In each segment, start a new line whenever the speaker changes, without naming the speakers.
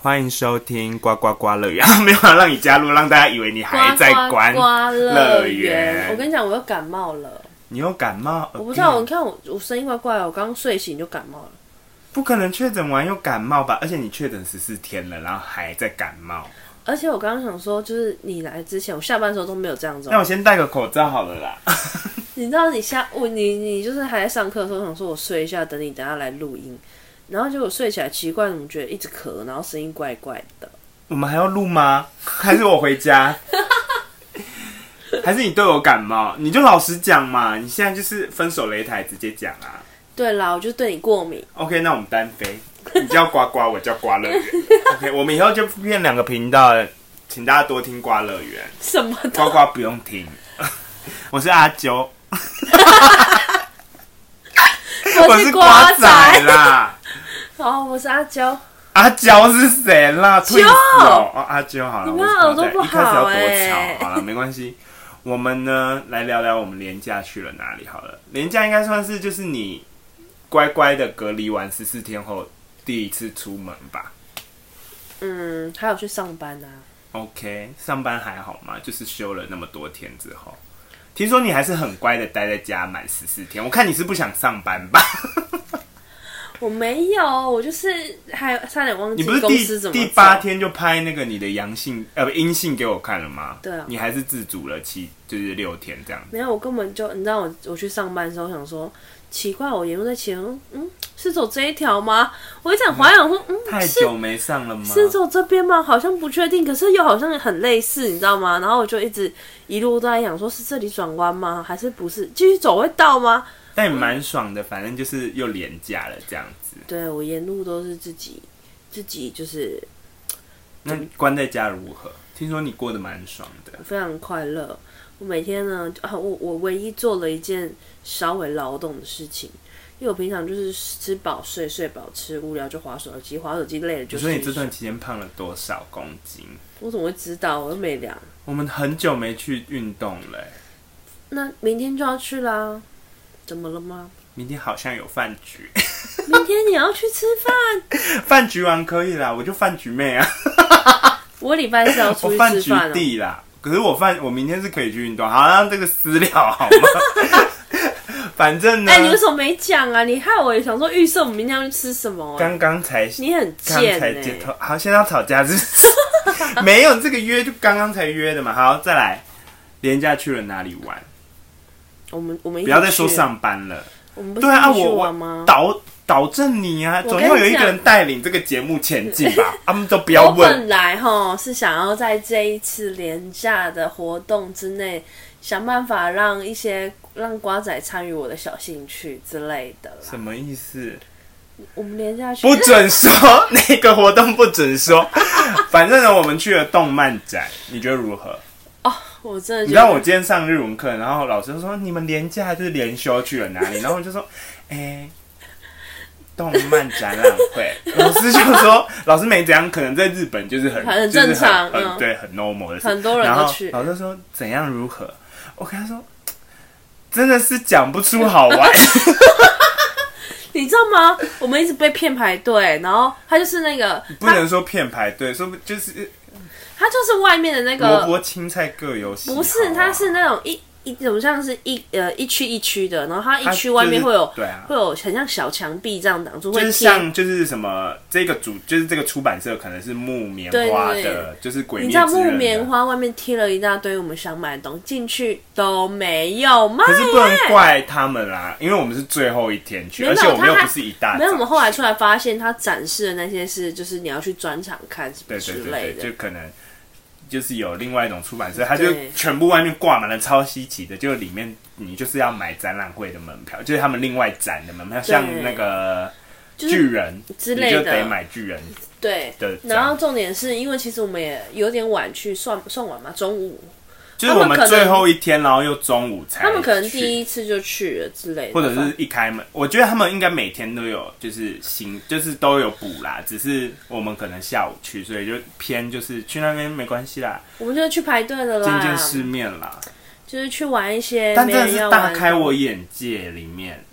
欢迎收听呱呱呱乐园， 没有啊让你加入，让大家以为你还在关
刮
乐
乐
园
园。我跟你讲，我又感冒了。
你又感冒？呃
我不知道，我你
嗯
看我我声音怪怪的，我刚睡醒就感冒了。
不可能确诊完又感冒吧？而且你确诊十四天了，然后还在感冒。
而且我刚刚想说，就是你来之前，我下班的时候都没有这样子哦。
那我先戴个口罩好了啦。
你知道你下我你你就是还在上课的时候，想说我睡一下，等你等下来录音。然后结果睡起来奇怪，怎么觉得一直咳，然后声音怪怪的。
我们还要录吗？还是我回家？ 还是你对我感冒？你就老实讲嘛，你现在就是分手擂台，直接讲啊。
对啦，我就对你过敏。
OK，那我们单飞，你叫呱呱，我叫瓜 乐园。OK，我们以后就变两个频道了，请大家多听瓜乐园，
什么的？
呱呱不用听。 我是阿啾， 我是瓜
瓜
仔。啦。
好，我是阿娇。
阿娇是谁 啦？退死哦！哦阿娇好了，
你
我
们
是
耳朵不
瓜仔
好
一开始要
欸
多吵，好了，没关系。我们呢，来聊聊我们廉假去了哪里好了。廉假应该算是就是你乖乖的隔离完十四天后第一次出门吧
嗯，还有去上班啊。
？OK，上班还好吗？就是休了那么多天之后，听说你还是很乖的待在家满十四天。我看你是不想上班吧？
我没有，我就是还有差点忘
你
记
不是
公司
第
怎么
第
走
八天就拍那个你的阳性呃不阴性给我看了吗？
对啊
你还是自主了七就是六天这样子。
没有，我根本就你知道我我去上班的时候想说，奇怪，我沿路在前，嗯，是走这一条吗？我一整怀想说，嗯，
太
是
久没上了吗？
是走这边吗？好像不确定，可是又好像很类似，你知道吗？然后我就一直一路都在想说，是这里转弯吗？还是不是继续走会到吗？
但也蛮爽的，反正就是又廉价了这样子。
对我沿路都是自己自己就是
那关在家如何？听说你过得蛮爽的，
非常快乐。我每天呢，啊，我我唯一做了一件稍微劳动的事情，因为我平常就是吃饱睡，睡饱吃，无聊就划手机，划手机累了
你
就是。
说你这段期间胖了多少公斤？
我怎么会知道？我又没量。
我们很久没去运动了欸、
那明天就要去啦，怎么了吗？
明天好像有饭局，
明天你要去吃饭？
饭局完可以啦，我就饭局妹啊，
我礼拜四要
我
出去
饭
吃
局
饭哦、
弟啦。可是我饭我明天是可以去运动，好让这个私聊好吗？ 反正呢
哎、，你为什么没讲啊？你害我也想说预设我们明天要去吃什么、哎
刚刚才
你很
刚
贱
才
哎、
接头，好，现在要吵架是不 是？没有这个约就刚刚才约的嘛。好，再来，廉价去了哪里玩？
我们我们
不要再说
上。
上班了。
我们不是
对啊，
一起去
我
玩
我
吗？
导导正你啊，
我
总
跟你
要有一个
讲
人带领这个节目前进 吧。他们都不要
我
问，
本来哈是想要在这一次廉价的活动之内，想办法让一些让瓜仔参与我的小兴趣之类的啦。
什么意思？
我们廉价去
不准说那个活动，不准说。反正呢，我们去了动漫展，你觉得如何？
哦， 我真的
你
觉
知道
得
我今天上日文课，然后老师就说你们连假就是连休去了哪里？然后我就说，哎、动漫展览会。 老师就说，老师没怎样，可能在日本就是很
很
就是
正常
很
嗯
对，很 normal 的事。
很多人
然
都
后
去
老师说怎样如何？我跟他说，真的是讲不出好玩。
你知道吗？我们一直被骗排队，然后他就是那个
不
他
能说骗排队，说不就是
他就是外面的那
萝
个，
卜青菜各有喜好啊。
不是他是那种一一种像是一呃一区一区的，然后他
它
一区外面
就是
会有、
对啊
会有很像小墙壁这样挡住，
就
会
是
贴
像就是什么这个主就是这个出版社可能是木棉花
对对
的，就是鬼
你
灭
知道
之
木
刃
棉
的。
花外面贴了一大堆我们想买的东西，进去都没有卖
可是不能
耶。
怪他们啦，因为我们是最后一天去，
没有
而且我
他
们又
还
不是一大
欸没有，我们
早，
后来出来发现，他展示的那些是，就是你要去专场看什么
对
之
对对对，
类的
就。可能就是有另外一种出版社，它就
对
全部外面挂满了超稀奇的，就里面你就是要买展览会的门票，就是他们另外展的门票，像那个
是
巨人
之
你
类
就
的
得买巨人
对，
的展，
然后重点是因为其实我们也有点晚去，算算晚嘛，中午。
就是
他
我
们
们
可能
最后一天，然后又中午才
他们可能
哎去
第一次就去了之类的，
或者是一开门，我觉得他们应该每天都有，就是新，就是都有补啦。只是我们可能下午去，所以就偏就是去那边没关系啦，
我们就是去排队的
见
啦，
见世面啦。
就是去玩一些
但
啊没
真的
人
是
要
大
玩。
开我眼界，里面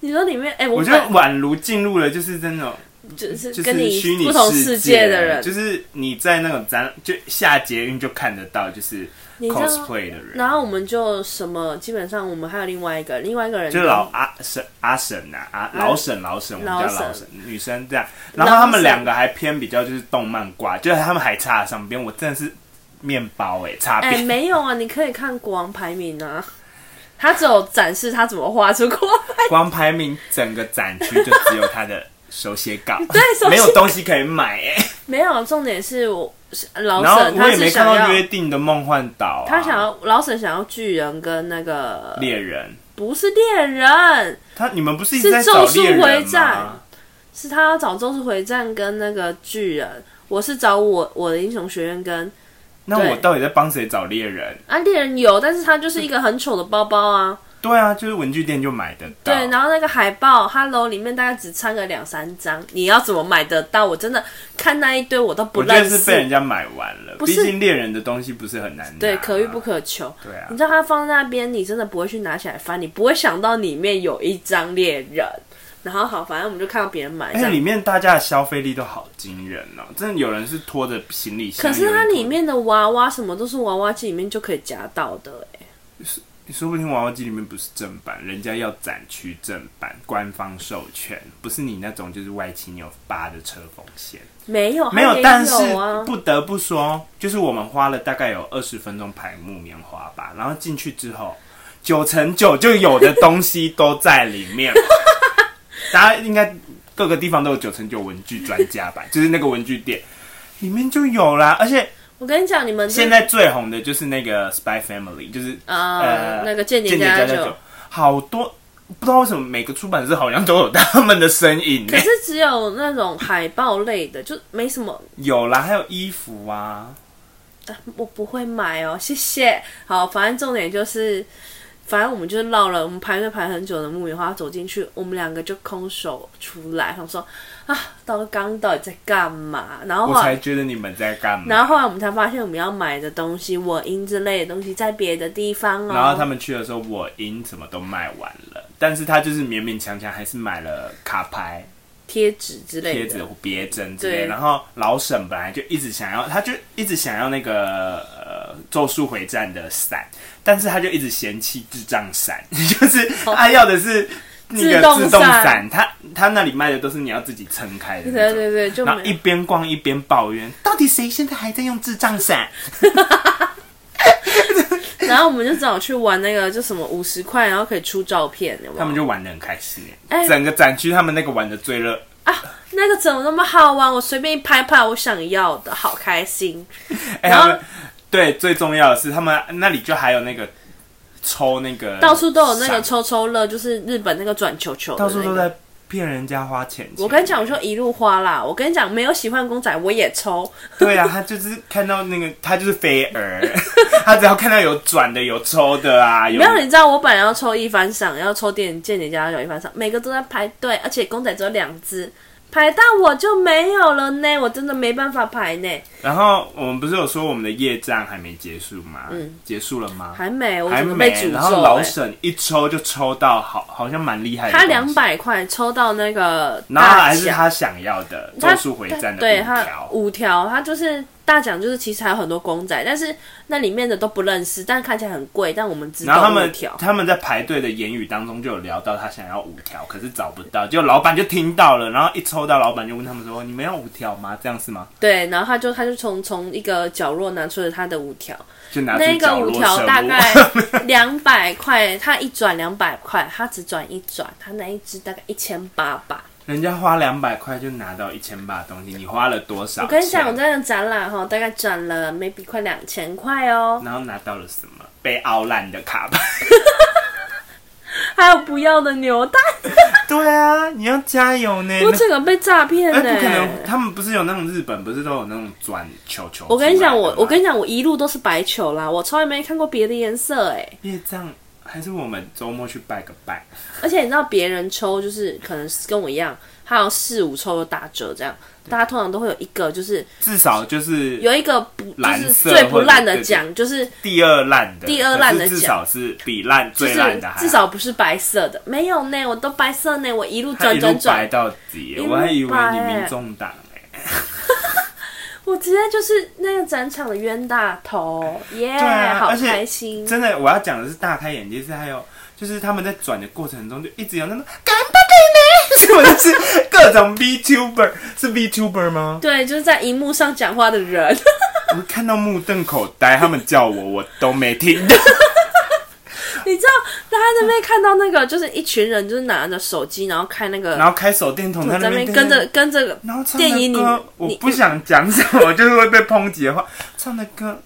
你说里面，哎、我
我
本
觉得宛如进入了就是那种
就是
就
跟
是
你
虚拟
不同
世
界的人，
就是你在那种展就下捷运就看得到，就是
你知道。
cosplay 的人，
然后我们就什么，基本上我们还有另外一个，另外一个人
就是老阿婶阿婶呐、啊，阿老婶老婶，我们
嗯老
叫
婶
老婶，女生这样。然后他
老
们
婶
两个还偏比较就是动漫挂，就是他们还差上边，我真的是面包哎、欸，差
哎、
边。
没有啊，你可以看国王排名啊，他只有展示他怎么画出国王排
光排名整个展区就只有他的手写稿，
对手写
没有东西可以买、欸。
没有，重点是我是老
然后
沈
我
他
也
是
没看
想要
到约定的梦幻岛、啊，
他想要呃老沈想要巨人跟那个
猎人，
不是猎人，
他你们不是一
是
直在
咒
找
术
猎
回
人
战
吗？
是他要找咒术回战跟那个巨人，我是找我我的英雄学院跟
那
对
我到底在帮谁找猎人？
啊猎人有，但是他就是一个很丑的包包啊，
对啊，就是文具店就买得到。
对，然后那个海报 Hello 里面大概只掺个两三张，你要怎么买得到？我真的看那一堆我都不
我觉得
认
是被人家买完了，
不
毕
是
竟猎人的东西不是很难拿、啊
对，可遇不。嗯可求。
对啊
你，知道它放在那边，你真的不会去拿起来翻，你不会想到里面有一张猎人。然后好，反正我们就看到别人买这
而且哎里
样。
面大家的消费力都好惊人哦，真的有人是拖着行李箱。
可是它
有人
里
拖
面的娃娃什么都是娃娃机里面就可以夹到的、欸，
说不定娃娃机里面不是正版，人家要展区正版，官方授权，不是你那种就是歪七扭八的车缝线。
没有，
哦没
它也
但是
有啊，
不得不说，就是我们花了大概有二十分钟排木棉花吧，然后进去之后，九成九就有的东西都在里 面。大家应该各个地方都有九成九文具专家吧，就是那个文具店里面就有啦。而且
我跟你讲，你们这
现在最红的就是那个《Spy Family》，就是
啊、
呃
那个间谍
间谍加
家
加
酒
酒，，好多不知道为什么每个出版社好像都有他们的身影呢
可。是只有那种海报类的，就没什么，
有啦，还有衣服啊，
我不会买哦，谢谢。好，反正重点就是，反正我们就是绕了，我们排队排很久的木棉花走进去，我们两个就空手出来，想说啊，到底刚到底在干嘛？然后
我
后
才
来，
觉得你们在干嘛。
哦然后后来我们才发现我们要买的东西，我音之类的东西在别的地方哦。
然后他们去的时候，我赢什么都卖完了，但是他就是勉勉强强还是买了卡牌、
贴纸之类
贴
的
纸、别针之类
对
的。然后老沈本来就一直想要，他就一直想要那个呃《咒术回战》的伞，但是他就一直嫌弃智障伞， 就是他要的是那
哦自
个
动
自动
伞
伞，他他那里卖的都是你要自己撑开的那
对
种。
对对，就
然后一
没。
边逛一边抱怨，到底谁现在还在用智障伞？
然后我们就只好去玩那个，就什么五十块，然后可以出照片，有没有
他们就玩的很开心耶，
哎
整个展区他们那个玩的最热，
那个怎么那么好玩？我随便一拍拍，我想要的，好开心。
哎、
然后
他们对最重要的是，他们那里就还有那个抽那个，
到处都有那个
赏，
抽抽乐，就是日本那个转球球的、那
到
个
处都。在骗人家花钱。
我跟你讲，我就一路花啦。我跟你讲，没有喜欢公仔我也抽，
对啊，他就是看到那个，他就是飞蛾， 他只要看到有转的、有抽的啊，有
没有你知道，我本来要抽一番赏，要抽电间谍家有一番赏，每个都在排队，而且公仔只有两只，排到我就没有了呢，我真的没办法排呢，
然后我们不是有说我们的夜战还没结束吗？结束了吗？
嗯还没，我
还
怎么被
没
诅。
然后
咒、
老
欸？
沈一抽就抽到好，好像蛮厉害的东
他
西。
两百块抽到那个
然后
大
还是
奖。
他想要的《咒
他
术回战》的
对
五
他
条，
五条，他就是大奖，就是其实还有很多公仔，但是那里面的都不认识，但看起来很贵，但我们知
然后
道
他
五
们
条。
他们在排队的言语当中就有聊到他想要五条，可是找不到，就老板就听到了，然后一抽到老板就问他们说：“你们要五条吗？这样是吗
对，然后他就他就从从一个角落拿出了他的五条，？”
就拿
那
出
个
角
五
落
条
生
大
物，
概两百块，他一转两百块，他只转一转，他那一只大概一千八吧。
人家花两百块就拿到一千八的东西，你花了多少钱？
我跟你讲，我在那展览哈，大概转了 maybe 快两千块哦，
然后拿到了什么？被凹烂的卡 牌。
还有不要的扭蛋，
对啊，你要加油呢。
我整个被诈骗欸
那哎
呢、
不可能，他们不是有那种日本，不是都有那种转球球出来的吗？
我跟你讲，我我跟你讲，我一路都是白球啦，我从来没看过别的颜色哎、
业障还是我们周末去拜个拜？
而且你知道别人抽就是可能是跟我一样，他有四五抽有打折这样，大家通常都会有一个就是
至少就是
有一个不就
蓝
是
色
最不烂
或
的
者
奖，就是
第二烂的，
第二烂的
可是至
奖
少是比烂
就
最
是
烂的还好，
至少不是白色的，没有呢，我都白色呢，我一路
他
转
一路
转
白
转，
到底耶，
一路
我还以为
白
你
耶
民众党哎。
我直接就是那个展场的冤大头，耶、
对啊
好
而且
开心，
真的，我要讲的是大开眼界，是还有就是他们在转的过程中就一直有那种干巴给呢， 是不是各种 VTuber 是 VTuber 吗？
对，就是在荧幕上讲话的人，
我看到目瞪口 呆，他们叫我我都没听 到，
你知道大家那边看到那个就是一群人就是拿着手机，然后看那
然
个。
后开手电筒在那
在那
边
边跟着。跟着
然后唱
电影
的
里
歌，
你
我不想讲什么，就是会被抨击的话，唱的歌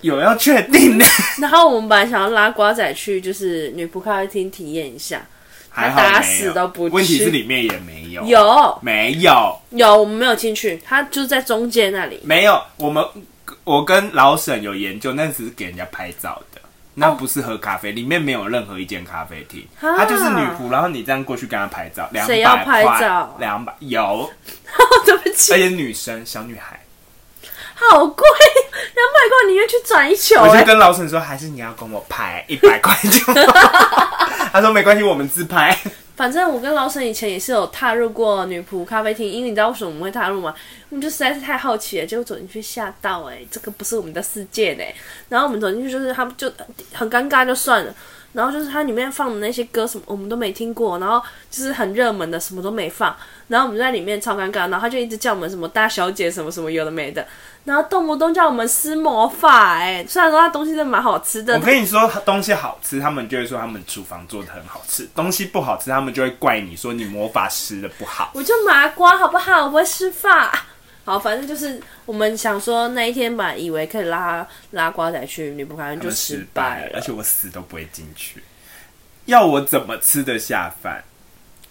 有要确定 的，
然后我们本来想要拉瓜仔去，就是女仆咖啡厅体验一下，
还好
打
没
死
有
都不
问题
去
是里面也没有，
有
没有？
有，我们没有进去，他就是在中间 那里。
没有，我们我跟老沈有研究，那只是给人家拍照的，那
哦
不是喝咖啡，里面没有任何一间咖啡厅，
啊
它就是女仆，然后你这样过去跟她拍照，两
谁要
百
拍
块
照，
两百有，
对不
而
起，
且女生小女孩，
好贵，两百块宁愿去转一球、
我就
欸。
跟老沈说，还是你要跟我拍一百块就 好，他说没关系，我们自拍，
反正我跟老沈以前也是有踏入过女仆咖啡厅，因为你知道为什么我们会踏入吗？我们就实在是太好奇了，结果走进去吓到哎、这个不是我们的世界嘞、然后我们走进去就是他们就很尴尬就算了，然后就是它里面放的那些歌什么我们都没听过，然后就是很热门的什么都没放，然后我们在里面超尴尬，然后他就一直叫我们什么大小姐什么什么有的没的，然后动不动叫我们施魔法哎、虽然说它东 西真的蛮好吃的
我，跟你说东西好吃，他们就会说他们厨房做的很好吃，东西不好吃，他们就会怪你说你魔法师的不好，
我就麻瓜好不好？我不会施法。好，反正就是我们想说那一天吧，以为可以拉拉瓜仔去女仆咖啡厅
他
就
们
失
失
败
而
了，
且我死都不会进去。要我怎么吃得下饭？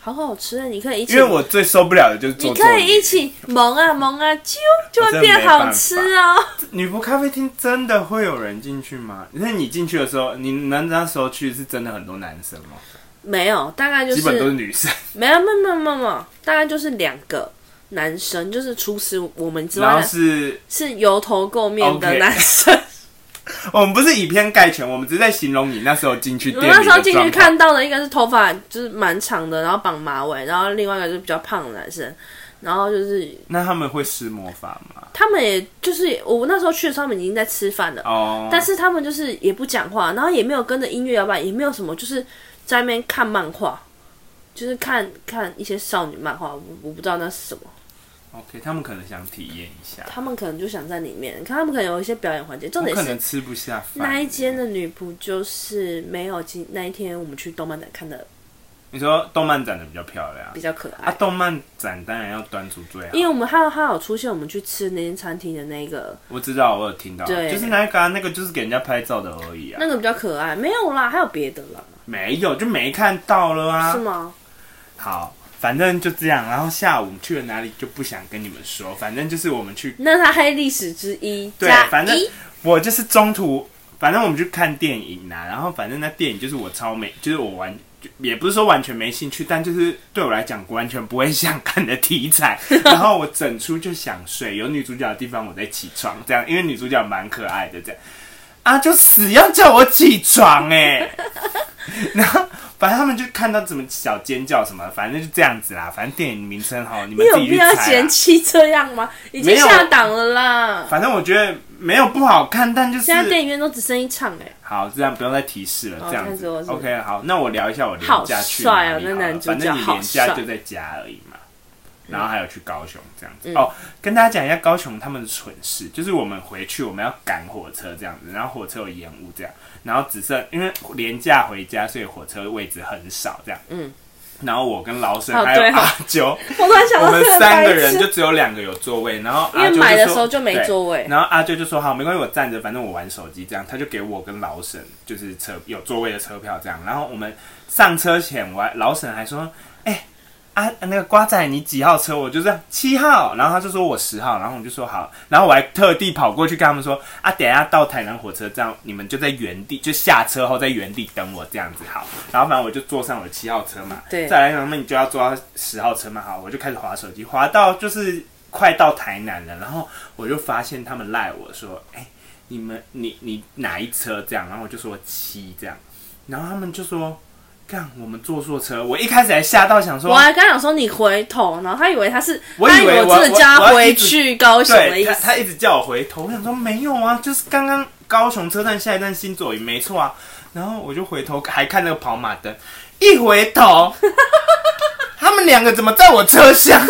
好好吃，你可以一起，
因为我最受不了的就是
你
做
可
做
以一起萌啊萌啊啾，就
我
会
真的
变
没
好
办
吃
法
哦。
女仆咖啡厅真的会有人进去吗？那你进去的时候，你能那时候去是真的很多男生吗？
没有，大概就
基本都是
是
女生，
没有没有没有没有没有，大概就是两个男生，就是除此我们之
然后
外
是
是油头垢面的
OK
男生。
我们不是以偏概全，我们只是在形容你那时候进去
我
店里
那
的
时候进去
状况。
看到的一个是头发就是蛮长的，然后绑马尾，然后另外一个就是比较胖的男生，然后就是
那他们会施魔法吗？
他们也就是我那时候去的时候，他们已经在吃饭了，
哦、
但是他们就是也不讲话，然后也没有跟着音乐摇摆，也没有什么，就是在那边看漫画，就是看看一些少女漫画，我我不知道那是什么，
OK，他们可能想体验一下，
他们可能就想在里面，看他们可能有一些表演环节，重
我
点
可
是
能吃不下饭。
那一间的女仆就是没有今那一天我们去动漫展看的
你说动漫展的比较漂亮
比较可爱
啊，。动漫展当然要端出最好的。
因为我们还有还有出现我们去吃的那间餐厅的那个，
我知道，我有听到，
对
就是那个、啊、那个就是给人家拍照的而已啊，
那个比较可爱，没有啦，还有别的啦，
没有就没看到了啊
是。吗？
好，反正就这样。然后下午去了哪里就不想跟你们说，反正就是我们去，
那它黑历史之一
对
加，
反正
一，
我就是中途，反正我们去看电影啊，然后反正那电影就是我超没，就是我完。就也不是说完全没兴趣，但就是对我来讲完全不会想看的题 材。然后我整出就想睡，有女主角的地方我再起床，这样，因为女主角蛮可爱的，这样啊，就死要叫我起床哎、 然后反正他们就看到什么小尖叫什么，反正就这样子啦。反正电影名称哈，你
你
们
有
自己
必
去
要
猜、啊
嫌。弃这样吗？已经
没有
下档了啦，
反正我觉得没有不好看，但就是
现在电影院都只剩一场哎、
好，这样不用再提示了，
哦
这样
看
子
着我是。
OK，好，那我聊一下我廉价去
好
哪
帅
里好
哦
了
那男主角
反正你
好
廉价
帅嗯
就在家而已嘛。然后还有去高雄这样子、哦，跟大家讲一下高雄他们的蠢事，就是我们回去我们要赶火车这样子，然后火车有延误这样，然后只剩因为廉价回家，所以火车位置很少这样。
嗯。
然后我突然想到这个
哦
白痴，
对
然后我跟老沈还有
哦
阿 九，
我突然想
我
到
们
这个
三
白
个人
痴
就只有两个有座位，然后
因
阿
为
啾就
买的
说
时候就没
对
座位
然后阿啾就说好，没关系，我站着，反正我玩手机这样，他就给我跟老沈就是车有座位的车票这样，然后我们上车前，我还老沈还说，哎、啊，那个瓜仔你几号车？我就这样七号，然后他就说我十号，然后我就说好，然后我还特地跑过去跟他们说啊，等一下到台南火车站，你们就在原地就下车后在原地等我这样子好，然后反正我就坐上我的七号车嘛，
对
再来他们你就要坐到十号车嘛，好，我就开始划手机，划到就是快到台南了，然后我就发现他们赖我说，哎、你们你你哪一车这样？然后我就说七这样，然后他们就说。干，我们坐错车。我一开始还吓到，想说
我还刚想说你回头，然后他以为他是，
我
他
以为
我
我
真的叫他
我我要
回
一直
去高雄的
对
意
他，
思。
他一直叫我回头，我想说没有啊，就是刚刚高雄车站下一站新左营没错啊。然后我就回头还看那个跑马灯，一回 头，他们两个怎么在我车厢？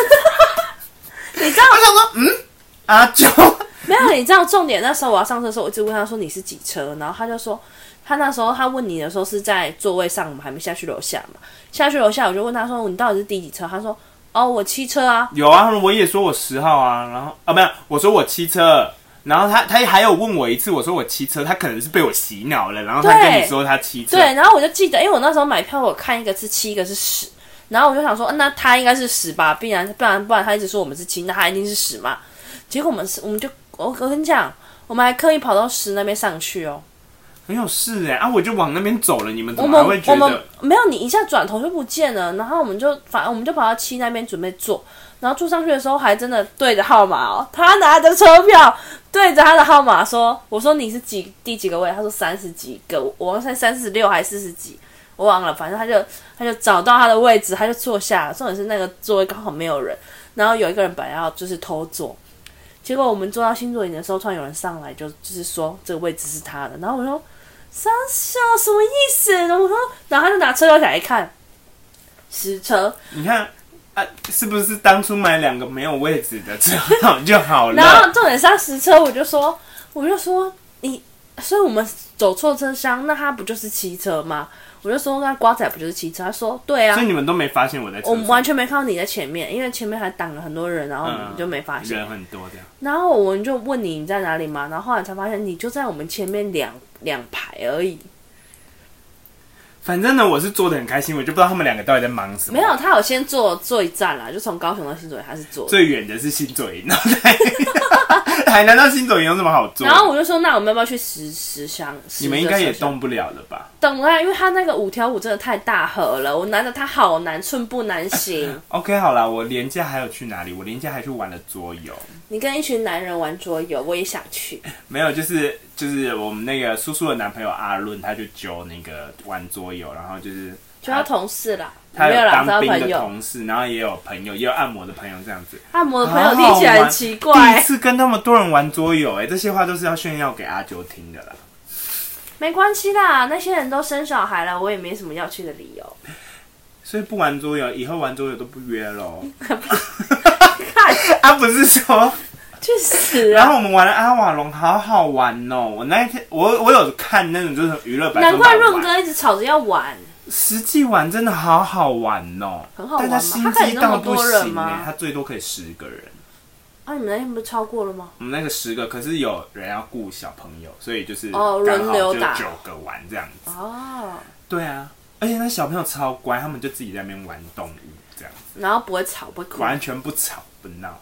你知道
我想说，嗯，阿九，
没有？你知道重点？那时候我要上车的时候，我一直问他说你是几车，然后他就说他那时候他问你的时候是在座位上，我们还没下去楼下嘛。下去楼下我就问他说你到底是第几车？他说哦我七车啊。
有啊，我也说我十号啊，然后啊，没有，我说我骑车。然后他他还有问我一次，我说我骑车，他可能是被我洗脑了，然后他
对
跟你说他骑车，
对，然后我就记得，因为我那时候买票，我看一个是七，一个是十，然后我就想说，啊那他应该是十吧，必然不然不然他一直说我们是七，那他一定是十嘛。结果我们是，我们就我我跟你讲，我们还刻意跑到十那边上去哦。
很有事哎、啊，我就往那边走了，你们怎
我
么还
们
会觉
我们
得？
没有，你一下转头就不见了，然后我们就反我们就跑到七那边准备坐，然后坐上去的时候还真的对着号码哦，他拿着车票对着他的号码说：“我说你是几第几个位？”他说三十几个，我忘了是三十六还是四十几，我忘了，反正他就他就找到他的位置，他就坐下了。重点是那个座位刚好没有人，然后有一个人本来要就是偷坐。结果我们坐到新座椅的时候，突然有人上来就就是说这个位置是他的，然后我说傻笑什么意思？然后我说，然后他就拿车票起来一看，实车，
你看啊，是不是当初买两个没有位置的车好就好
然后
了？
重点是他实车，我就说，我就说你，所以我们走错车厢，那他不就是骑车吗？我就说那瓜仔不就是骑车？他说对啊
所以，你们都没发现我在车
我们完
上，
全没看到你在前面，因为前面还挡了很多人，然后我
嗯
们就没发现。
人很多这样。
然后我们就问你你在哪里嘛，然后后来才发现你就在我们前面两两排而已。
哦反正呢，我是坐的很开心，我就不知道他们两个到底在忙什么。
没有，，他有先坐坐一站啦，就从高雄到新竹，他是坐的。
最远的是新左营，然后台 台南到新左营有什么好坐？
然后我就说，那我们要不要去十十箱？
你们应该也
懂
动不了了吧
懂啊，因为他那个五条五真的太大盒了，我拿着它好难，寸步难 行。
？OK，好啦，我廉假还有去哪里？我廉假还去玩了桌游，
你跟一群男人玩桌游，我也想去。
没有，就是就是我们那个叔叔的男朋友阿润，他就揪那个玩桌游，然后就是
就要
他
同 事啦，
他
没有啦，
当
交
兵
朋
的
友。
同事，然后也有朋友，也有按摩的朋友这样子。
按摩啊的朋友听起来很奇
第一
怪，
次跟那么多人玩桌游，哎，这些话都是要炫耀给阿九听的啦。
没关系啦，那些人都生小孩了，我也没什么要去的理 由。
所以不玩桌游，以后玩桌游都不约 喽。
看，
啊，不是说，
去死
然
啊！
后我们玩了阿瓦隆，好好玩哦！我那一天，我我有看那种就是娱乐版，
难怪润哥一直吵着要玩，
实际玩真的好好玩哦，
很好玩吗
但他心机到不
他可以那么多人
行
吗
哎，他最多可以十个人。
啊，你们那天不是超过了吗？
我们那个十个，可是有人要顾小朋友，所以就是
哦
刚
轮
好
流
就
打
九个玩这样子。
哦，
对啊，而且那小朋友超乖，他们就自己在那边玩动物这样子，
然后不会吵，不会哭，
完全不吵不闹。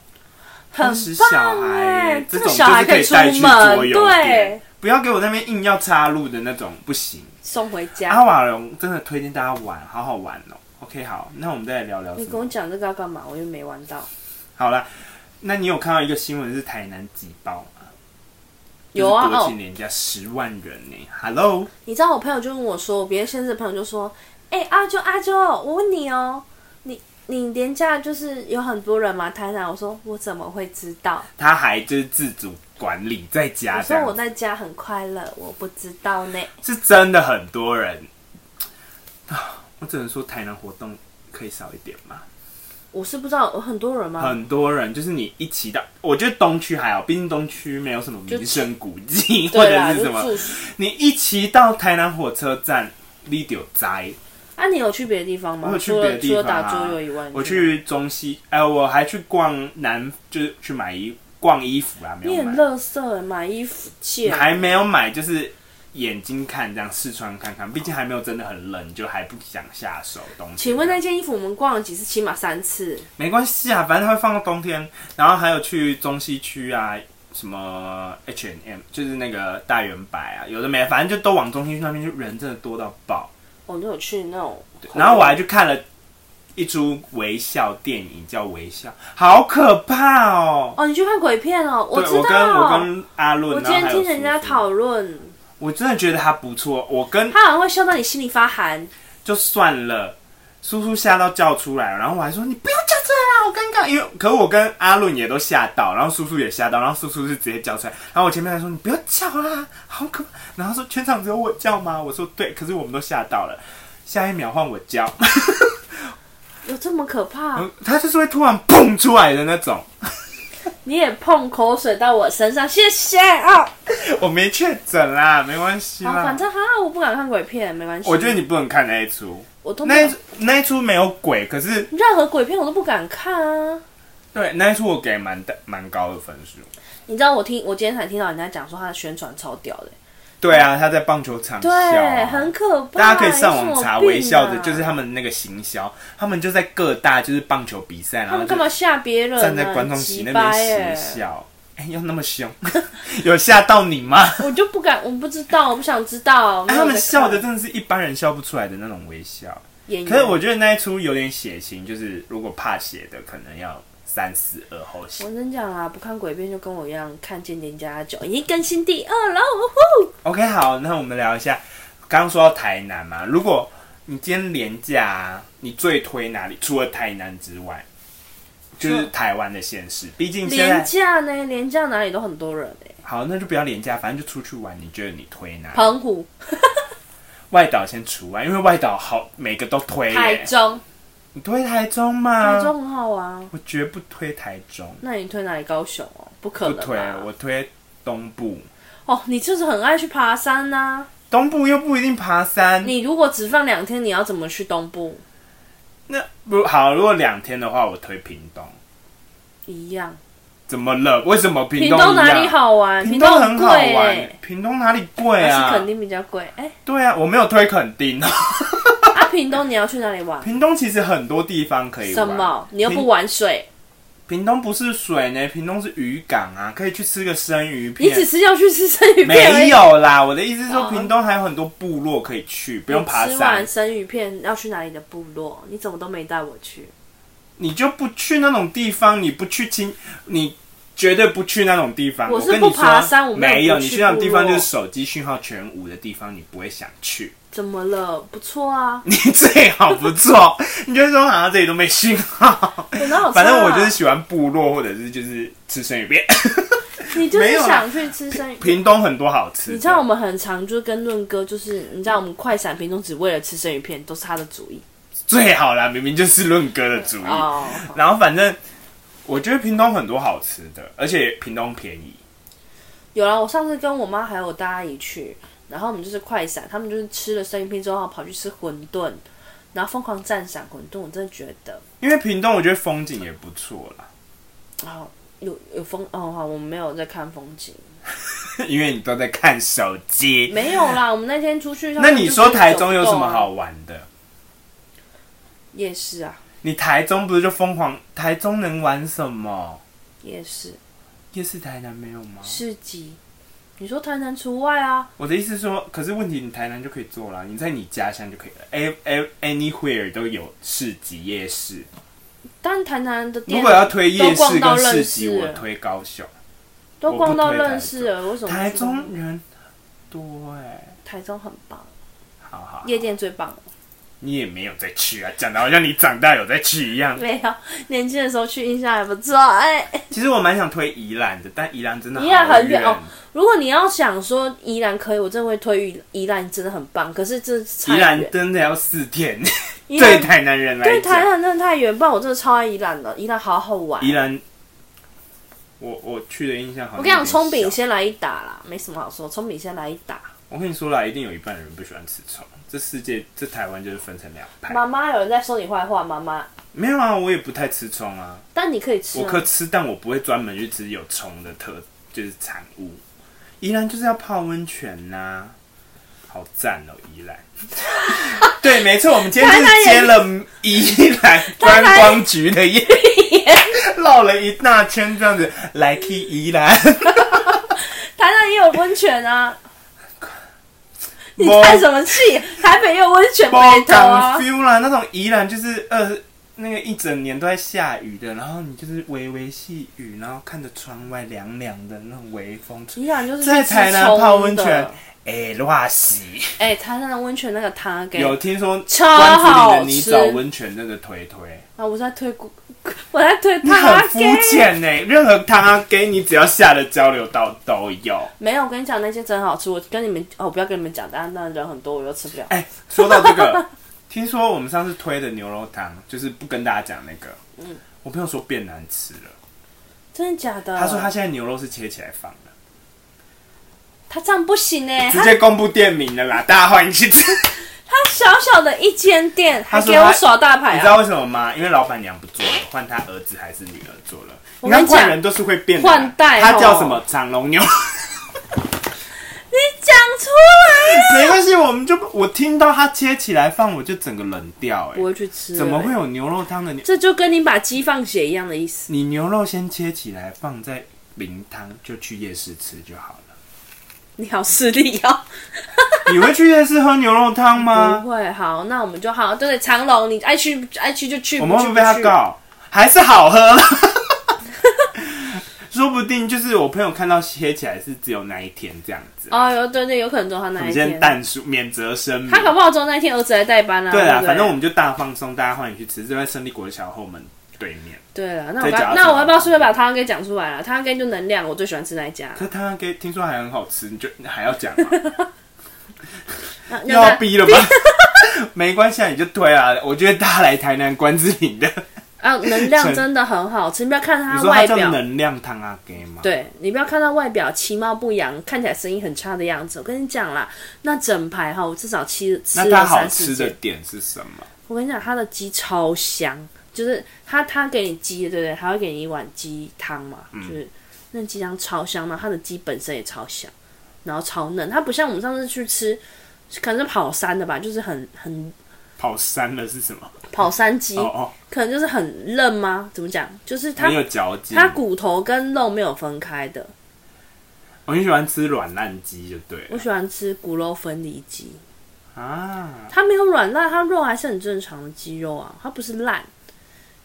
很
当时小
棒
孩
哎
欸，
这
这
个
种
小
就是
孩
可
以
以
出
带去桌
门，
游
对
店，，不要给我那边硬要插入的那种，不行。
送回
阿
家。
瓦隆真的推荐大家玩，好好玩哦。OK，好，那我们再来聊聊什
你跟我
么？
讲这个要干嘛？我又没玩到。
好了，那你有看到一个新闻是台南挤爆吗？
有啊
就是国
哦
庆连假十万人呢、Hello，
你知道我朋友就问我说，我别的县市的朋友就说，哎、阿啾阿啾，我问你哦，你你廉价就是有很多人吗？台南，我说我怎么会知道？
他还就是自主管理在家
我
啊这
说
样
我
子，
在家很快乐，我不知道呢。
是真的很多人。啊我只能说台南活动可以少一点嘛。
我是不知道有很多人吗？
很多人就是你一骑到，我觉得东区还好，毕竟东区没有什么名胜古迹 或
对
者
啦，
是
就
什么。
住宿。
你一骑到台南火车站，你就灾。
啊，你有去别的地方吗？
我有去
除
别
了
的地方
除了打
啊
桌游以外，你
我
吗。
去中西，哎、我还去逛南，就是去买衣逛衣服啦，没
你
有
很欸
买，
乐色，买衣服借。
还没有买，就是眼睛看，这样试穿看看。毕竟还没有真的很冷，就还不想下手东西。
请问那件衣服我们逛了几次？起码三次。
没关系啊，反正它会放到冬天。然后还有去中西区啊，什么 H and M，就是那个大圆白啊，有的没，反正就都往中西区那边去，人真的多到爆。
我都有去那种。
然后我还去看了一出微笑电影，叫《微笑》，好可怕哦！
哦，你去看鬼片哦，
对，
知道。
我跟我跟阿论，
我
然
今
后
天
还有
听人家
叔叔
讨论，
我真的觉得他不错。我跟
他好像会笑到你心里发寒。
就算了，叔叔吓到叫出来，然后我还说你不要叫出来啦，好尴尬。因为可我跟阿论也都吓到，然后叔叔也吓到，然后叔叔是直接叫出来，然后我前面还说你不要叫啦，好可怕。然后说全场只有我叫吗？我说对，可是我们都吓到了。下一秒换我叫，
啊有这么可怕？
他就是会突然蹦出来的那种。
你也碰口水到我身上，谢谢啊！
我没确诊啦，没关系
好，
啦
反。正哈，我不敢看鬼片，没关系。
啊我觉得你不能看那一出，
我都不
那
敢
一出那一出没有鬼，可是
任何鬼片我都不敢看啊！
对，那一出我给蛮大蛮高的分数。
你知道我听我今天才听到人家讲说他的宣传超屌的，
对啊，他在棒球场笑、
对，
啊，
很可怕。
大家可以上网查微笑的，
有什么病啊
就是他们那个行销，他们就在各大就是棒球比赛，
他
然后
们
就
干嘛吓别人啊？
站在观众席那边
很鸡掰欸
邪
耶
笑。哎、要那么凶， 有吓到你吗？
我就不敢，我不知道，我不想知道。
哎
没有
他们
在
笑
看
的真的是一般人笑不出来的那种微笑。
演员，
可是我觉得那一出有点血腥，就是如果怕血的，可能要三思而后行
我。跟你讲啊，不看鬼片就跟我一样看《间谍加九》，已经更新第二了，呜呼！
OK，好，那我们聊一下，刚刚说到台南嘛，如果你今天廉价、啊，你最推哪里？除了台南之外，就是台湾的县市，毕竟现
廉
在
价呢，廉价哪里都很多人哎、
好，那就不要廉价，反正就出去玩。你觉得你推哪里？
澎湖、
外岛先除外，因为外岛好每个都推耶、
台中，
你推台中吗？
台中很好啊。
我绝不推台中，
那你推哪里？高雄哦，不可
不
能吧
推，我推东部。
哦，你就是很爱去爬山呐、
东部又不一定爬山，
你如果只放两天，你要怎么去东部？
那不好。如果两天的话，我推屏东。
一样，
怎么了？为什么屏
屏
东一样
东哪里好玩？
屏
东
很
很
好
贵
玩
哎，，
屏东哪里贵
还
啊？
是肯定比较贵哎。
对啊，我没有推垦丁。哦
啊，屏东你要去哪里 玩？
屏东其实很多地方可以
什
玩。
么？你又不
屏？
玩水，
屏东不是水呢，屏东是渔港啊，可以去吃个生鱼
你
片。
只是要去吃生鱼片而已。
没有啦，我的意思是说，
哦
屏东还有很多部落可以去，不用爬
你吃完
山。
生鱼片要去哪里的部落？你怎么都没带我去？
你就不去那种地方，你不去亲，你绝对不去那种地方。
我
我
是
跟你
不爬
说
山我没有
没有，
不
你
去
去那种地方
部
就
落
是手机讯号全无的地方，你不会想去。
怎么了？不错啊，
你最好不错，你就会说好像这里都没信号。
我哪有、啊？
反正我就是喜欢部落，或者是就是吃生鱼 片。
你就
没
是
有啦
想去吃生鱼片。
屏东很多好吃的，
你知道我们很常就是跟润哥，就是你知道我们快闪屏东只为了吃生鱼片，都是他的主意
最好啦，明明就是论哥的主意。
哦。
然后反正我觉得屏东很多好吃的，而且屏东便宜。
有啦，我上次跟我妈还有我大阿姨去，然后我们就是快闪，他们就是吃了生鱼片之后跑去吃馄饨，然后疯狂赞赏馄饨，我真的觉得
因为屏东我觉得风景也不错啦，
哦，有有风哦，好，我们没有在看风景，
因为你都在看手机。
没有啦，我们那天出去。
哎那你说台中有什么
好？
好玩的？
啊夜市啊，
你台中不是就疯狂？台中能玩什么？
夜市
哦夜市台南没有吗？
市集。你说台南除外啊？
我的意思是说，可是问题你台南就可以做啦，你在你家乡就可以了。哎哎，anywhere 都有市集夜市。
但台南的店
如果要推夜
都
市
逛到
跟
认
市
识
集，我推高雄。
都逛到认识了，为什么
台中人多哎、
台中很棒，
好好，
夜店最棒。
你也没有再去啊，讲的好像你长大有再去一样。
没有，啊年轻的时候去印象还不错。哎、
其实我蛮想推宜兰的，但宜兰真的
宜兰
好
很远
远
哦。如果你要想说宜兰可以，我真的会推宜宜兰，真的很棒。可是这
宜
太
兰
远，
真的要四天，
宜
对
兰
台南人来
对台
讲，
南真的太远，不然我真的超爱宜兰的。宜兰好好玩。
宜兰，我我去的印象好像
我跟你讲，
有点小
葱饼，先来一打啦，没什么好说，葱饼先来一打。
我跟你说啦，一定有一半人不喜欢吃葱。这世界，这台湾就是分成两派。
妈妈有人在说你坏话，妈妈，
没有啊，我也不太吃葱啊，
但你可以吃、
我
啊。
可吃，但我不会专门去吃有葱的特，就是产物。宜兰就是要泡温泉呐、好赞哦，宜兰。 对，没错，我们今天
台南
是
也
接了宜兰观光局的业， 绕了一大圈这样子来去宜兰。
台南也有温 泉啊。你
没
叹什么气？台北也有温泉
包
北头
港
啊，
feel 啦，那种宜兰就是呃那个一整年都在下雨的，然后你就是微微细雨，然后看着窗外凉凉的那种微风吹。
宜兰就是去
在
吃
台南
冲
泡温泉
的，
哎，哇西！
哎、台南的温泉那个汤给
有听说
超
关子里
好
的泥
吃
沼温泉那个推 推，
啊，我在推古， 我在推
那很
他
肤
给。
浅呢。任何汤给你只要下的交流道都有。
没有，我跟你讲那些真好吃，我跟你们哦，不要跟你们讲，但那人很多，我又吃不了。
哎，说到这个， 听说我们上次推的牛肉汤，就是不跟大家讲那个，嗯，我朋友说变难吃了。
真的假的？
他说他现在牛肉是切起来放的，
他这样不行哎、
直
他
接公布店名了啦，大家欢迎去 吃。
他小小的一间店还
他说
给我
他
耍大牌
你知
啊！
道为什么吗？因为老板娘不做了，换他儿子还是女儿做了。
我
你
跟
看
你讲
换人都是会变的啦，
换代哦
他叫什么？长隆牛。
你讲出来、啊，
没关系，我们就不我听到它切起来放，我就整个冷掉、欸。
不会去吃、
怎么会？有牛肉汤的牛？
这就跟你把鸡放血一样的意思。
你牛肉先切起来放在淋汤，就去夜市吃就好了。
你好势利 哦！
你会去夜市喝牛肉汤吗
不？会，好，那我们就好。对，长隆，你爱去爱去就去，
我们
不
会
去
不会被他
不去。
告？还是好喝 了？说不定就是我朋友看到切起来是只有那一天这样子。
哦，有对对，有可能只有他
我
那一
们先
天，
淡出免责声明
他。搞不好只有那一天儿子来代班啊。
对
对
啦，
不对
反正我们就大放松，大家欢迎去吃，就在胜利国的小后门对 面。
对了，那我
再
刚
加
那
上
我要不要顺便把汤给讲出来了？汤给就能量，我最喜欢吃那一家。
可是他给听说还很好吃，你就你还要讲 吗？
那
又要逼了吧？ 没关系，啊，你就推啊！我觉得大家来台南关之琳的，
啊，能量真的很好吃，你不要看
你
它
说它
外
叫
表，
能量汤阿给吗？，
对你不要看它外表其貌不扬，看起来声音很差的样子。我跟你讲啦，那整排哈，我至少吃吃
那
了
它好
三四
吃的
间。
点是什么？
我跟你讲，它的鸡超香，就是它它给你鸡，对不对？还会给你一碗鸡汤嘛，
嗯
就是那鸡汤超香嘛，它的鸡本身也超香，然后超嫩，它不像我们上次去吃，可能是跑山的吧，就是很很
跑山的是什么？
跑山鸡，
哦哦，
可能就是很嫩吗？怎么讲？就是它
很有嚼劲。
它骨头跟肉没有分开的。
我很喜欢吃软烂鸡，就对
我
了
喜欢吃骨肉分离鸡，
啊。
它没有软烂，它肉还是很正常的鸡肉啊，它不是烂，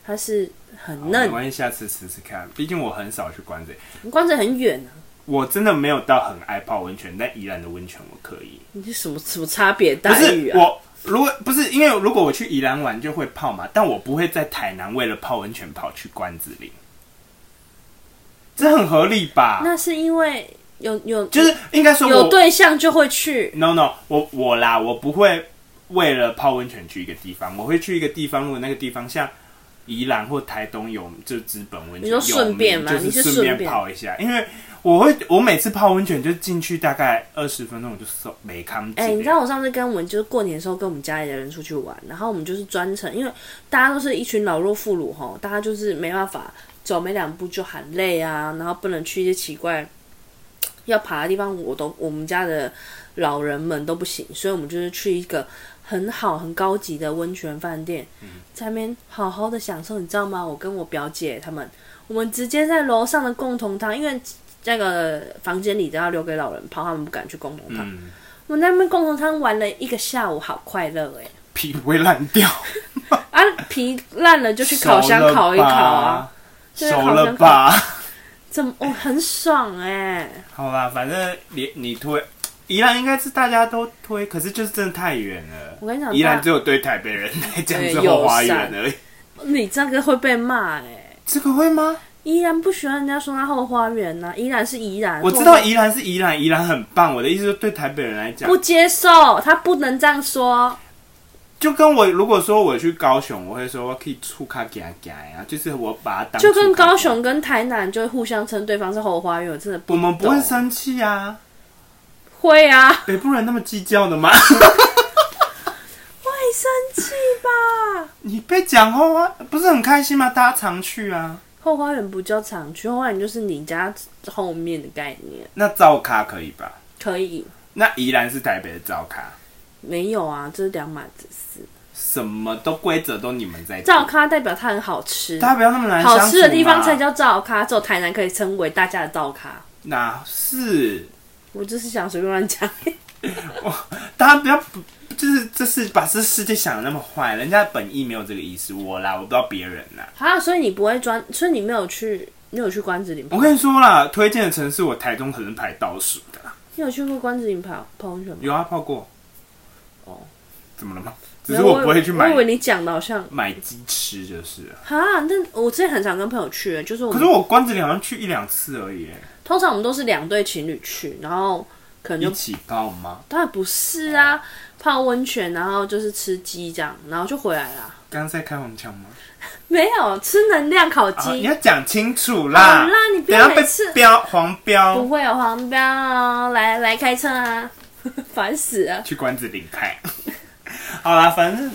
它是很
哦没
嫩。
关系，下次吃吃看。毕竟我很少去关这，
关着很远啊，
我真的没有到很爱泡温泉，但宜兰的温泉我可以。
你是什么什么差别
不
待遇
是
啊？
我，如果不是因为如果我去宜兰玩就会泡嘛，但我不会在台南为了泡温泉跑去关子岭，这很合理吧？
那是因为有有
就是应该说
有
我
对象就会去，
no no 我我啦，我不会为了泡温泉去一个地方，我会去一个地方，如果那个地方像。宜兰或台东有就资本温泉，
你说顺
有名
便吗
就
你是
是顺
顺便
泡一下，因为我会我每次泡温泉就进去大概二十分钟，我就受没康。
哎、你知道我上次跟我们就是过年的时候跟我们家里的人出去玩，然后我们就是专程，因为大家都是一群老弱妇孺吼，大家就是没办法走没两步就喊累啊，然后不能去一些奇怪要爬的地方，我都我们家的老人们都不行，所以我们就是去一个很好很高级的温泉饭店，在那边好好的享受，你知道吗？我跟我表姐他们，我们直接在楼上的共同汤，因为那个房间里都要留给老人泡，他们不敢去共同汤。
嗯，
我那边共同汤玩了一个下午，好快乐哎、
皮不会烂掉。
啊，皮烂了就 去烤箱烤一烤啊，
熟
对烤
了吧，熟了
箱
吧？
怎么？哦，很爽哎、
好吧，反正你你推宜兰应该是大家都推，可是就是真的太远了。
我跟你讲
宜兰
大
只有对台北人来讲
对
是后花园
友
而已。
你这个会被骂哎、
这个会吗？
依然不喜欢人家说他后花园呐、依然是依然，
我知道宜兰是宜兰，宜兰很棒。我的意思是，对台北人来讲
不，接受，他不能这样说。
就跟我如果说我去高雄，我会说我可以出卡行行呀，就是我把它当
就跟
出卡
高雄跟台南就会互相称对方是后花园，我真的不
我们不会
懂
生气啊，
会啊，会
北部人那么计较的吗？
生气吧？
你被讲后啊，不是很开心吗？大家常去啊。
后花园不叫常去，后花园就是你家后面的概念，
那照咖可以吧？
可以。
那宜兰是台北的造咖，
没有啊，这是两码子事。
什么都规则都你们在定
照，咖代表它很好吃，
大家不要那么难
好
相
吃
处
的地方
嘛
才叫照咖，只有台南可以称为大家的照咖。
哪是？
我就是想随便乱 讲，
大家不要不就是这是把这世界想的那么坏，人家本意没有这个意思。我啦，我不知道别人啦。
啊，所以你不会专，所以你没有去，你有去关子岭
我
跑，
跟你说啦，推荐的城市我台中可能排倒数的啦。
你有去过关子岭跑泡温泉吗？
有啊，泡过。
哦，
怎么了吗？只是
没有
我不会去买
我以为你讲的好像
买鸡吃，就是了。
哈，那我之前很常跟朋友去，就是我
可
们
是我关子岭好像去一两次而已耶，
通常我们都是两对情侣去，然后可能
一
就
起泡吗？
当然不是啊，泡温泉，然后就是吃鸡这样，然后就回来啦。
刚刚在开黄腔吗？
没有吃能量烤
啊，你
鸡，
要讲清楚啦！
好啦你不
等
要
下被
每次
标黄标
不，会有黄标哦，来来开车啊， 烦死了。
去关子岭开。 好啦，反正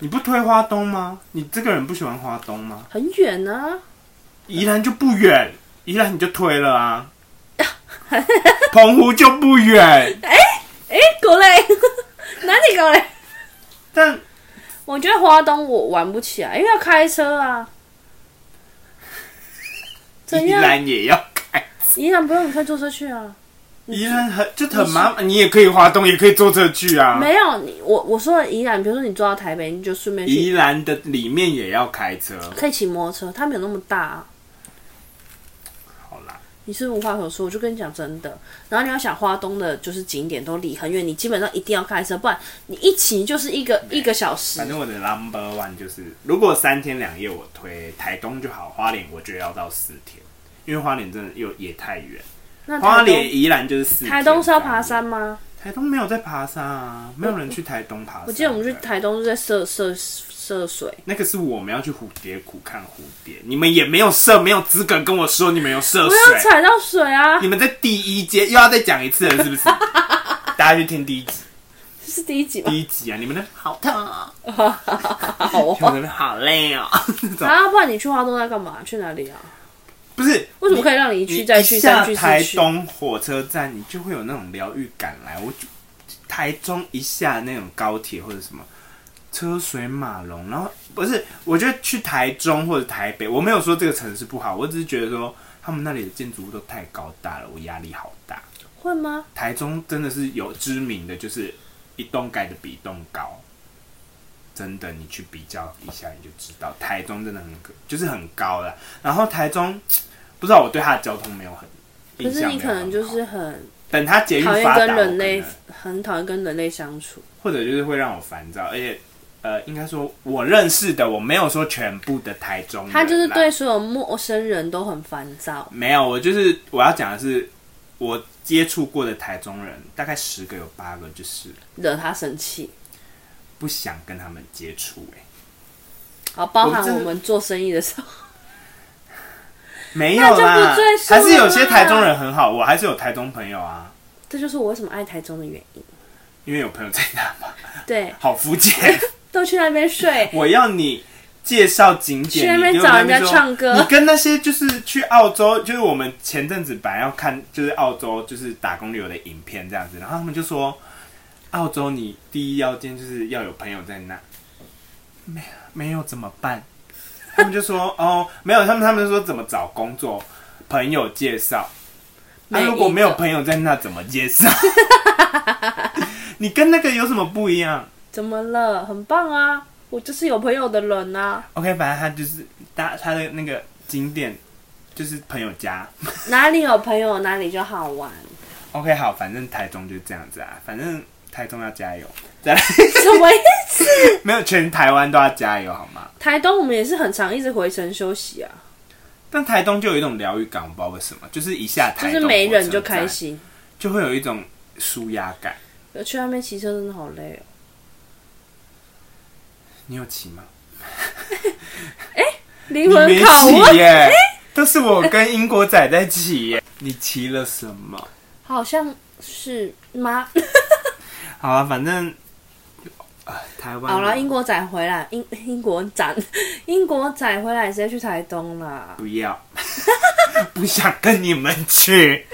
你不推花东吗？你这个人不喜欢花东吗？
很远呢、
宜兰就不远，宜兰你就推了 啊。澎湖就不远，
哎、狗嘞， 哪里狗嘞？
但
我觉得花东我玩不起来，因为要开车啊。怎
宜
样？
兰也要开。
宜兰不用你开坐车去啊？
宜兰很就很麻烦，你也可以花东，也可以坐车去啊。
没有，你我我说的宜兰，比如说你坐到台北，你就顺便
宜
去，
兰的里面也要开车，
可以骑摩托车，它没有那么大、啊。
好啦，
你是无话可说，我就跟你讲真的。然后你要想，花东的就是景点都离很远，你基本上一定要开车，不然你一骑就是一个一个小时
反。正我的 number one 就是，如果三天两夜我推台东就好，花莲我觉得要到四天，因为花莲真的又也太远。
那
花
台
莲
东
宜兰就是四天。
台东是要爬山？吗？
台东没有在爬山啊，没有人去台东爬山。啊
我记得我们去台东是在涉涉涉水，
那个是我们要去蝴蝶谷看蝴蝶，你们也没有射，没有资格跟我说你们有涉
我
水，
要踩到水啊！
你们在第一阶又要再讲一次了，是不是？大家去听第一集，
这是第一集吧？
第一集啊，你们那好痛哦，
好
你们
啊！
那边好累哦，这种
啊，不然你去花东在干嘛？去哪里啊？
不是
为什么可以让你一去再去
你一
三
下
去
台
四去？
东火车站，你就会有那种疗愈感来。我就台中一下那种高铁或者什么车水马龙，然后不是，我觉得去台中或者台北，我没有说这个城市不好，我只是觉得说他们那里的建筑物都太高大了，我压力好大。
会吗？
台中真的是有知名的，就是一栋盖的比一栋高。真的，你去比较一下你就知道，台中真的很就是很高了。然后台中不知道我对它的交通没有很
可
印
是
象
你
没有
可
很好，
能就是很
等它捷运
讨厌
发达，
跟人类
我可能，
很讨厌跟人类相处。
或者就是会让我烦躁，而且呃，应该说我认识的，我没有说全部的台中人啦，
他就是对所有陌生人都很烦躁。
没有，我就是我要讲的是我接触过的台中人，大概十个有八个就是
惹他生气，
不想跟他们接触、欸，
好，包含
我真
我
的
们做生意的时候，
没有
那就
啦
不赘，述
还是有些
了啦
台中人很好，我还是有台中朋友啊，
这就是我为什么爱台中的原因。
因为有朋友在那嘛，
对，
好肤浅。
都去那边睡，
我要你介绍景
去那
点，
边
你给我
找
那
人家
说
唱歌
你跟那些就是去澳洲，就是我们前阵子本来要看就是澳洲就是打工旅游的影片这样子，然后他们就说，澳洲你第一要件就是要有朋友在那，没没有怎么办？他们就说哦，没有，他们他们就说怎么找工作，朋友介绍。那、
每一
如果没有
个
朋友在那，怎么介绍？ 你跟那个有什么不一样？
怎么了？很棒啊！我就是有朋友的人啊，
OK，反正他就是大他的那个景点就是朋友家。
哪里有朋友哪里就好玩。
OK，好，反正台中就是这样子啊，反正台中要加油， 再来
什么意思？
没有全台湾都要加油好吗？
台东我们也是很常一直回程休息啊，
但台东就有一种疗愈感，我不知道为什么，就是一下
就
台
是
东
没人就
火车站
开，心。
就会有一种舒压感。
呃去那边骑车真的好累哦。
你有骑吗？
灵
你
魂
没骑
拷
啊
问，
耶，都是我跟英国仔在骑耶。你骑了什么？
好像是吗？
好啊，反正啊、台湾
好啦，英国仔回来，英英国展， 英国仔回来直 接去台东啦。
不要，不想跟你们去。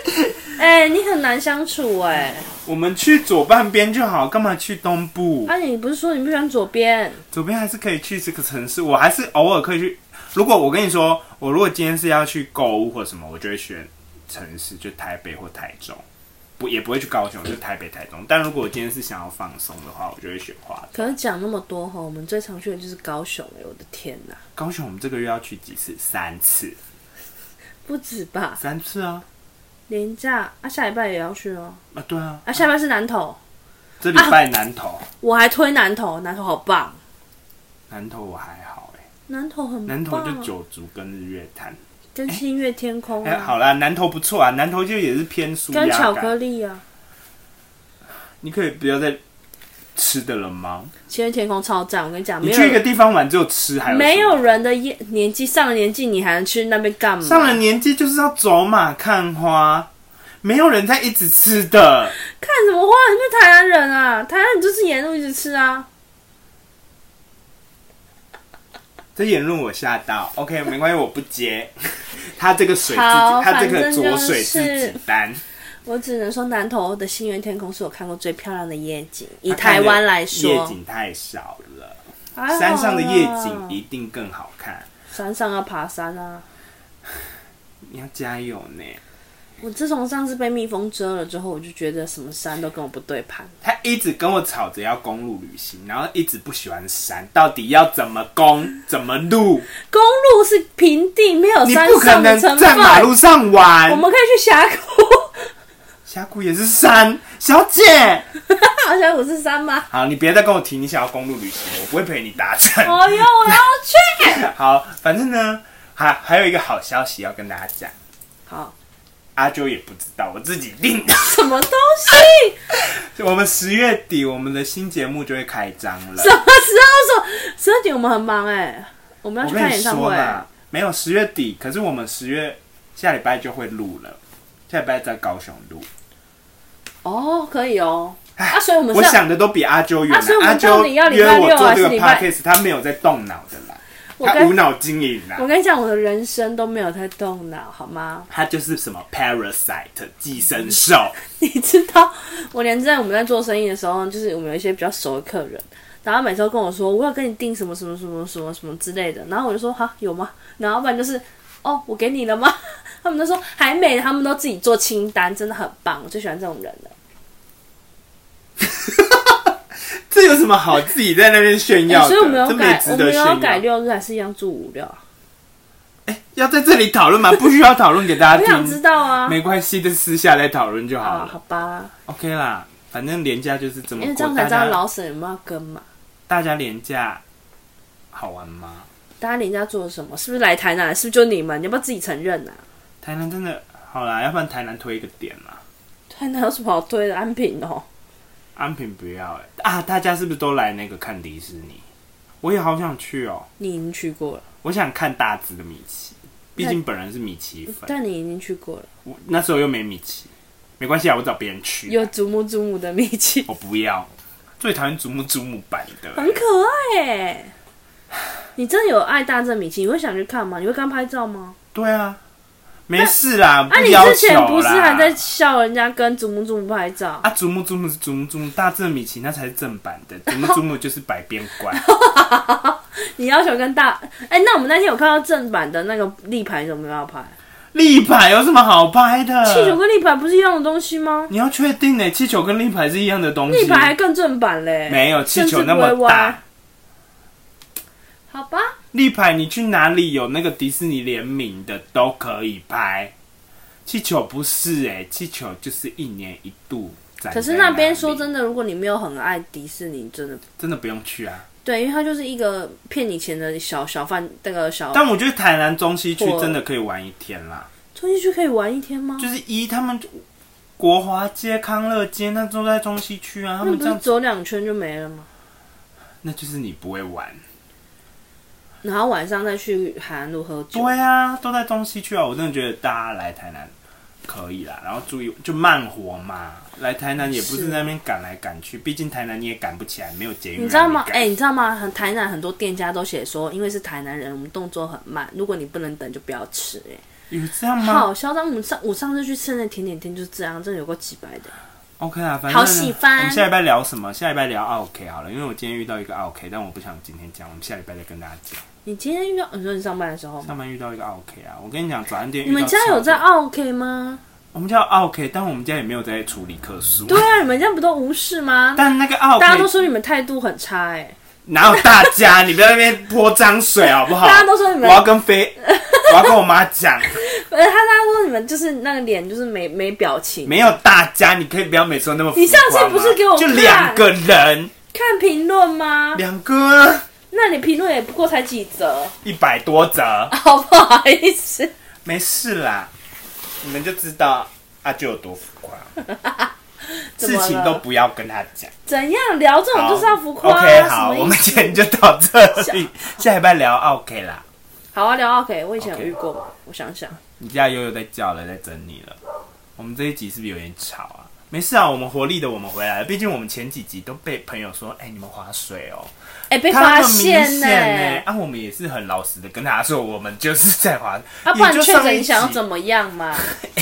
哎、你很难相处哎、
我们去左半边就好，干嘛去东部？
啊，你不是说你不喜欢左边？
左边还是可以去这个城市，我还是偶尔可以去。如果我跟你说，我如果今天是要去购物或什么，我就会选城市，就台北或台中，不也不会去高雄，就台北、台中。但如果我今天是想要放松的话，我就会选花莲。
可是讲那么多哈，我们最常去的就是高雄哎、我的天哪，
高雄我们这个月要去几次？三次，
不止吧？
三次啊！
廉价啊，下礼拜也要去哦。
啊，对啊，
啊，下礼拜是南投，
这礼拜南投，
我还推南投，南投好棒，
欸南投我还好哎、
南投很棒啊，
南投就九族跟日月潭。
跟星月天空
哎、
啊，
好啦，南投不错啊，南投就也是偏舒压
跟巧
感。
克力啊，
你可以不要再吃的了吗？
星月天空超赞，我跟你讲，
你
没
去一个
有
地方玩，只有吃还有什
没
么
有人的啊夜年纪上了年纪，你还能去那边干嘛？
上了年纪就是要走马看花，没有人在一直吃的。
看什么花？你是台南人啊，台南人就是沿路一直吃啊。
这言论我吓到，OK，没关系，我不接。 他这个水自
好
己，他这个
反正
左
就是
水自己担。
我只能说，南投的星月天空是我看过最漂亮的夜景，以
他看
台
的
湾来
夜
说，
景太少了，
还好啦
山上的夜景一定更好看。
哎山上要爬山啊。
你要加油呢！
我自从上次被蜜蜂蛰了之后，我就觉得什么山都跟我不对盘。
他一直跟我吵着要公路旅行，然后一直不喜欢山，到底要怎么公，怎么路？
公路是平地，没有
你
山
不可
上的
能
成分。
在马路上
我
玩，
们可以去峡谷，
峡谷也是山，小姐。
好峡谷是山吗？
好，你别再跟我提你想要公路旅行，我不会陪你达成。
哦哟，我要去。
好，反正呢，还还有一个好消息要跟大家讲，
好，
阿啾也不知道，我自己定的。
什么东 西？
我们十月底我们的新节目就会开张了
什。么时候说？十二点我们很忙哎、我们
我
要去
跟
看
你
演唱
说
会。
啦，没有十月底，可是我们十月下礼拜就会录了，下礼拜在高雄录。
哦，可以哦。啊，所以我们
我
是要，
想的都比阿啾远
啊所以
了。
我
阿
们
啾
到底要礼
约
拜六啊
我做这个
还是礼拜
podcast，他没有在动脑的啦，
我
他
跟
无脑经营啊啦
我。跟你讲，我的人生都没有太动脑，好吗？
他就是什么 parasite 寄生 兽。
你知道，我连在我们在做生意的时候，就是我们有一些比较熟的客人，然后他每次都跟我说，我有跟你订什么什么什么什么什么之类的，然后我就说哈有吗？然后不然就是哦，我给你了吗？ 他们都说还没，他们都自己做清单，真的很棒，我最喜欢这种人了。
这有什么好自己在那边炫耀的？
哎所以我们
这
有
么也
改，
值
我
得
们
炫
有改
耀。
六日，还是一样住五六啊？
要在这里讨论吗？不需要讨论给大
我
家
想知
听，
道啊。
没关系，就私下再讨论就好
啊，
了。
好吧，
OK 啦，反正廉价就是这么
因为这
过。
样才
大
知道
家
老沈有没有跟嘛。
大家廉价好玩吗？
大家人家做了什么？是不是来台南？是不是就你们？你要不要自己承认啊？
台南真的好啦，要不然台南推一个点啦。
台南有什么好推的？安平哦，
安平不要哎、啊！大家是不是都来那个看迪士尼？我也好想去哦，
你已经去过了，
我想看大只的米奇，毕竟本人是米奇粉。
但你已经去过了。
我那时候又没米奇，没关系啊，我找别人去。
有祖母祖母的米奇，
我不要，最讨厌祖母祖母版的。
很可爱哎。你真的有爱大正米奇？你会想去看吗？你会跟他拍照吗？
对啊，没事啦，不
啊，你
要
之前
求
不是
啦。
还在笑人家跟祖母祖母拍照？
啊，祖母祖母是祖母祖母，大正米奇那才是正版 的，祖母祖母就是百变怪。
你要求跟大哎、那我们那天有看到正版的那个立牌，怎么没有拍？
立牌有什么好拍的？
气球跟立牌不是一样的东西吗？
你要确定呢、气球跟立牌是一样的东西。
立牌还更正版嘞，
没有气
甚
球
至
那
不会
么大
歪。。好吧，
立牌，你去哪里有那个迪士尼联名的都可以拍。气球不是哎、气球就是一年一度展在里。
可是那边说
真
真的，如果你没有很爱迪士尼，真的
的不用去啊。
对，因为它就是一个骗你钱的小小贩，那个小
但我觉得台南中西区
我
真的可以玩一天啦，
冲进去可以玩一天吗？
就是一他们国华街、康乐街那都在中西区啊，他
那
们
不
这
是
样
走两圈就没了吗？
那就是你不会玩。
然后晚上再去海岸路喝酒，
对啊，都在中西区啊，我真的觉得大家来台南可以啦，然后注意就慢活嘛。来台南也不是
是
在那边赶来赶去，毕竟台南你也赶不起来，没有捷运。
你知道吗？
让
哎、
赶
你知道吗？很台南很多店家都写说，因为是台南人，我们动作很慢，如果你不能等就不要吃、哎，
有这样吗
好嚣张！我们上我上次去吃那甜点店就是这样，真的有过几百的。
？OK 啊，反正
好喜欢
我们下礼拜聊什么？下礼拜聊 OK 好了，因为我今天遇到一个 OK，但我不想今天讲，我们下礼拜再跟大家讲。
你今天遇到你说你上班的时候吗？
上班遇到一个 OK 啊，我跟你讲，早餐店
你们家有在
在？
OK 吗？
我们家有 OK，但我们家也没有在处理客诉。
对啊，你们家不都无 视吗？
但那个 OK，
大家都说你们态度很差哎、
哪有大家？你不要在那边泼脏水好不好？
大家都说你
我
们，
要跟飞， 我要跟我妈讲，
呃，他大家都说你们就是那个脸就是没没表情。
没有大家，你可以不要每次都那么浮夸吗。
你上次不是给我
就
看
两个人，
看评论吗？
两个
那你评论也不过才几则，
一百多折，
好不好意思？
没事啦，你们就知道阿舅有多浮 夸。
怎
事
么了
情都不要跟他讲。
怎样聊这种就是要浮夸、啊、
OK，
什
好，
么意思
我们今天就到这里，下礼拜聊啊 OK 啦。
好啊，聊 OK。我以前有
OK
遇过我想想，
你家悠悠在叫了，在整你了。我们这一集是不是有点吵啊？没事啊，我们活力的我们回来了。毕竟我们前几集都被朋友说，哎、你们划水哦、
哎、被
他
发
们明
现
显
呢、
欸啊，我们也是很老实的跟大家说，我们就是在划。
啊，不然
也就
确
上
诊
一
你想要
集
怎么样嘛？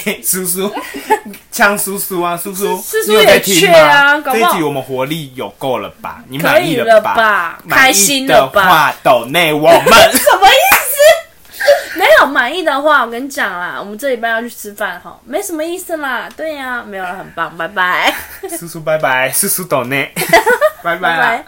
欸叔叔， 呛叔叔啊，叔叔，
叔叔
你有在
也
听
确啊
吗
搞
这
不
一
好
集我们活力有够了吧？你
可
满
以
意
了
吧？
吧？
满意
开心了
的
吧？
话，抖内我们
什么意 思？没有满意的话，我跟你讲啦，我们这礼拜要去吃饭哈，没什么意思啦。对呀、没有了，很棒，拜拜，
叔叔拜拜，叔叔抖内，拜
拜
拜啦
拜。